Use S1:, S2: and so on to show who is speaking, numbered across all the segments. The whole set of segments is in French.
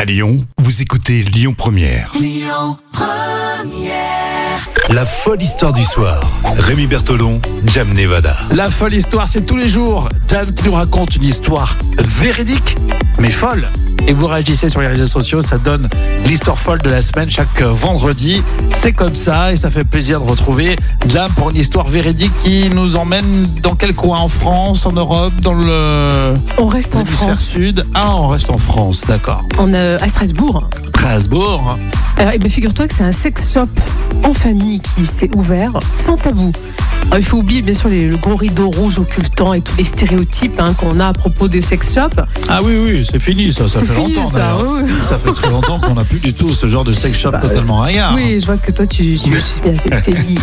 S1: À Lyon, vous écoutez Lyon Première. Lyon Première. La folle histoire du soir. Rémi Bertolon, Jam Nevada.
S2: La folle histoire, c'est tous les jours. Jam qui nous raconte une histoire véridique, mais folle. Et vous réagissez sur les réseaux sociaux, ça donne l'histoire folle de la semaine chaque euh, vendredi. C'est comme ça et ça fait plaisir de retrouver Jam pour une histoire véridique qui nous emmène dans quel coin En France, en Europe, dans le
S3: On reste en
S2: l'hémisphère
S3: France,
S2: sud Ah, on reste en France, d'accord.
S3: on, euh, à Strasbourg.
S2: Strasbourg, hein.
S3: Alors, eh ben, figure-toi que c'est un sex shop en famille qui s'est ouvert sans tabou. Alors, il faut oublier bien sûr les- le gros rideau rouge occultant et tous les stéréotypes hein, qu'on a à propos des sex shops.
S2: Ah oui, oui, c'est fini, ça, ça
S3: C'est
S2: fait
S3: fini,
S2: longtemps.
S3: ça,
S2: d'ailleurs.
S3: oui,
S2: Ça fait très longtemps qu'on n'a plus du tout ce genre de sex shop
S3: Bah,
S2: totalement ringard. hein.
S3: Oui, je vois que toi tu, tu t'es- t'es dit.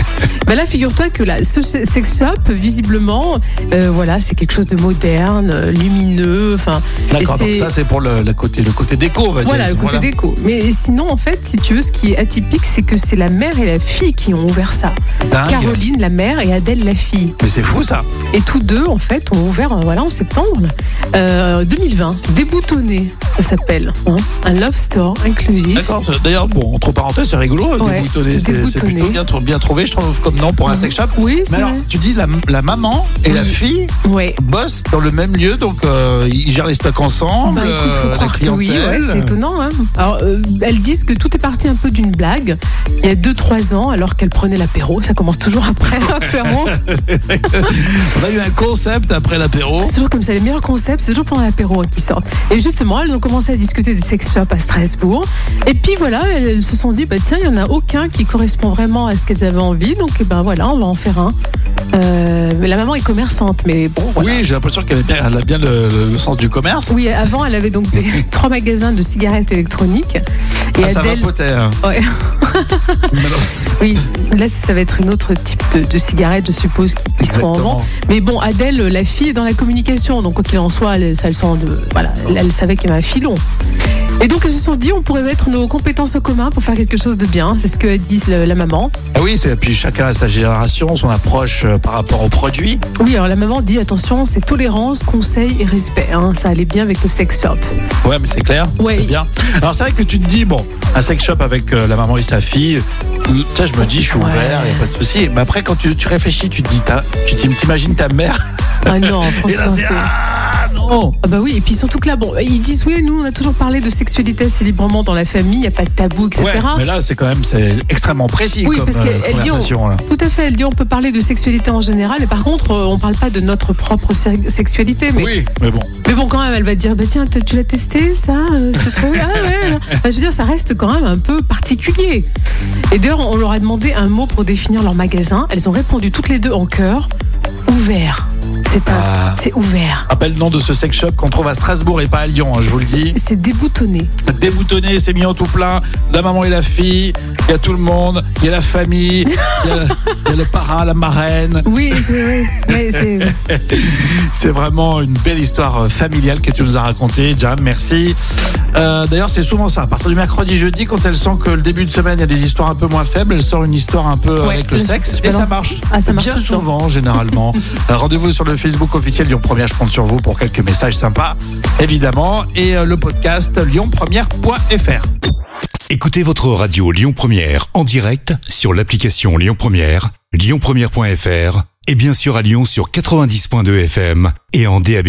S3: Ben là, figure-toi que là, ce sex shop, visiblement, euh, voilà, c'est quelque chose de moderne, euh, lumineux, enfin. et
S2: D'accord, donc
S3: c'est-
S2: ça c'est pour le, la côté, le côté déco, on va
S3: Voilà, le
S2: dire.
S3: côté déco. Mais sinon, en fait, si tu veux, ce qui est atypique, c'est que c'est la mère et la fille qui ont ouvert ça.
S2: Dingue.
S3: Caroline, la mère, et Adèle, la fille.
S2: Mais c'est fou ça.
S3: Et tous deux, en fait, ont ouvert euh, voilà, en septembre euh, 2020. Déboutonné, ça s'appelle. hein. un love store inclusif.
S2: D'accord. D'ailleurs, bon, entre parenthèses, c'est rigolo.
S3: Ouais,
S2: déboutonné, c'est c'est
S3: déboutonné.
S2: plutôt bien, tr- bien trouvé, je trouve, comme nom pour un sex shop.
S3: Oui, c'est
S2: Mais alors,
S3: vrai.
S2: tu dis la, la maman et la
S3: Oui.
S2: fille
S3: Ouais.
S2: bossent dans le même lieu, donc euh, ils gèrent les stocks ensemble,
S3: Bah, écoute, faut
S2: euh, la
S3: croire que oui, ouais,
S2: clientèle.
S3: c'est étonnant. hein. Alors, euh, elles disent que tout est parti un peu d'une blague. Il y a 2-3 ans, alors qu'elles prenaient l'apéro, ça commence toujours après hein, l'apéro.
S2: On a eu un concept après l'apéro.
S3: C'est toujours comme ça, les meilleurs concepts, c'est toujours pendant l'apéro qui sortent. Et justement, elles ont commencé à discuter des sex shops à Strasbourg. Et puis voilà, elles, elles se sont dit, bah tiens, il n'y en a aucun qui correspond vraiment à ce qu'elles avaient envie. Donc, eh ben voilà, on va en faire un. Euh, mais la maman est commerçante, mais bon, voilà.
S2: Oui, j'ai l'impression qu'elle a bien, elle a bien le, le- le sens du commerce.
S3: Oui, avant, elle avait donc des, trois magasins de cigarettes électroniques. Et
S2: Ah, ça va
S3: Adèle,
S2: poter. hein.
S3: Ouais.
S2: Mais alors,
S3: oui, là, ça va être une autre type de, de cigarette, je suppose, qui, qui sont en vente.
S2: exactement.
S3: Mais bon, Adèle, la fille est dans la communication, donc quoi qu'il en soit, elle, ça, elle, sent de- voilà, elle, elle savait qu'il y avait un filon. Et donc, elles se sont dit, on pourrait mettre nos compétences en commun pour faire quelque chose de bien. C'est ce que dit le- la maman.
S2: Ah oui, c'est- puis chacun a sa génération, son approche euh, par rapport aux produits.
S3: Oui, alors la maman dit, attention, c'est tolérance, conseil et respect. hein. ça allait bien avec le sex shop.
S2: Ouais, mais c'est clair.
S3: Ouais.
S2: C'est bien. Alors c'est vrai que tu te dis, bon, un sex shop avec euh, la maman et sa fille, euh, tiens, je me dis, je suis
S3: Ouais.
S2: ouvert, il a pas de souci. Mais après, quand tu, tu réfléchis, tu te dis, t'as- tu t'im- t'imagines ta mère,
S3: Ah non,
S2: et là,
S3: franchement.
S2: c'est,
S3: c'est-
S2: ah non
S3: Ah bah oui, et puis surtout que là, bon, ils disent, oui, nous, on a toujours parlé de sexualité assez librement dans la famille, il n'y a pas de tabou, etc.
S2: Ouais, mais là, c'est quand même c'est extrêmement précis
S3: Oui,
S2: comme
S3: parce qu'elle-
S2: euh,
S3: elle dit,
S2: conversation. là.
S3: Tout à fait, elle dit on peut parler de sexualité en général, mais par contre, euh, on parle pas de notre propre se- sexualité. Mais,
S2: Oui, mais bon.
S3: mais bon, quand même, elle va dire bah tiens, t- tu l'as testé ça, euh, ce truc Ah ouais, non. Enfin, Je veux dire, ça reste quand même un peu particulier. Et d'ailleurs, on leur a demandé un mot pour définir leur magasin. Elles ont répondu toutes les deux en chœur ouvert. C'est un,
S2: Ah.
S3: c'est ouvert.
S2: Rappelle le nom de ce sex shop qu'on trouve à Strasbourg et pas à Lyon, hein, je vous le dis.
S3: C'est déboutonné.
S2: déboutonné, c'est mis en tout plein. La maman et la fille, il y a tout le monde, il y a la famille, il y, a- il y a le parrain, la marraine.
S3: Oui, je- oui, mais c'est.
S2: C'est vraiment une belle histoire euh, familiale que tu nous as racontée, Jam. Merci. Euh, D'ailleurs, c'est souvent ça. À partir du mercredi, jeudi, quand elle sent que le début de semaine, il y a des histoires un peu moins faibles, elle sort une histoire un peu
S3: Ouais,
S2: avec le
S3: je-
S2: sexe.
S3: je
S2: Et ça
S3: balance.
S2: marche.
S3: Ah, ça marche
S2: Bien
S3: tout le temps.
S2: souvent, généralement. Euh, Rendez-vous sur le Facebook officiel Lyon Première. Je compte sur vous pour quelques messages sympas, évidemment. Et euh, le podcast lyonpremière.fr.
S1: Écoutez votre radio Lyon Première en direct sur l'application Lyon Première, lyonpremière.fr et bien sûr à Lyon sur 90.2 FM et en DAB+.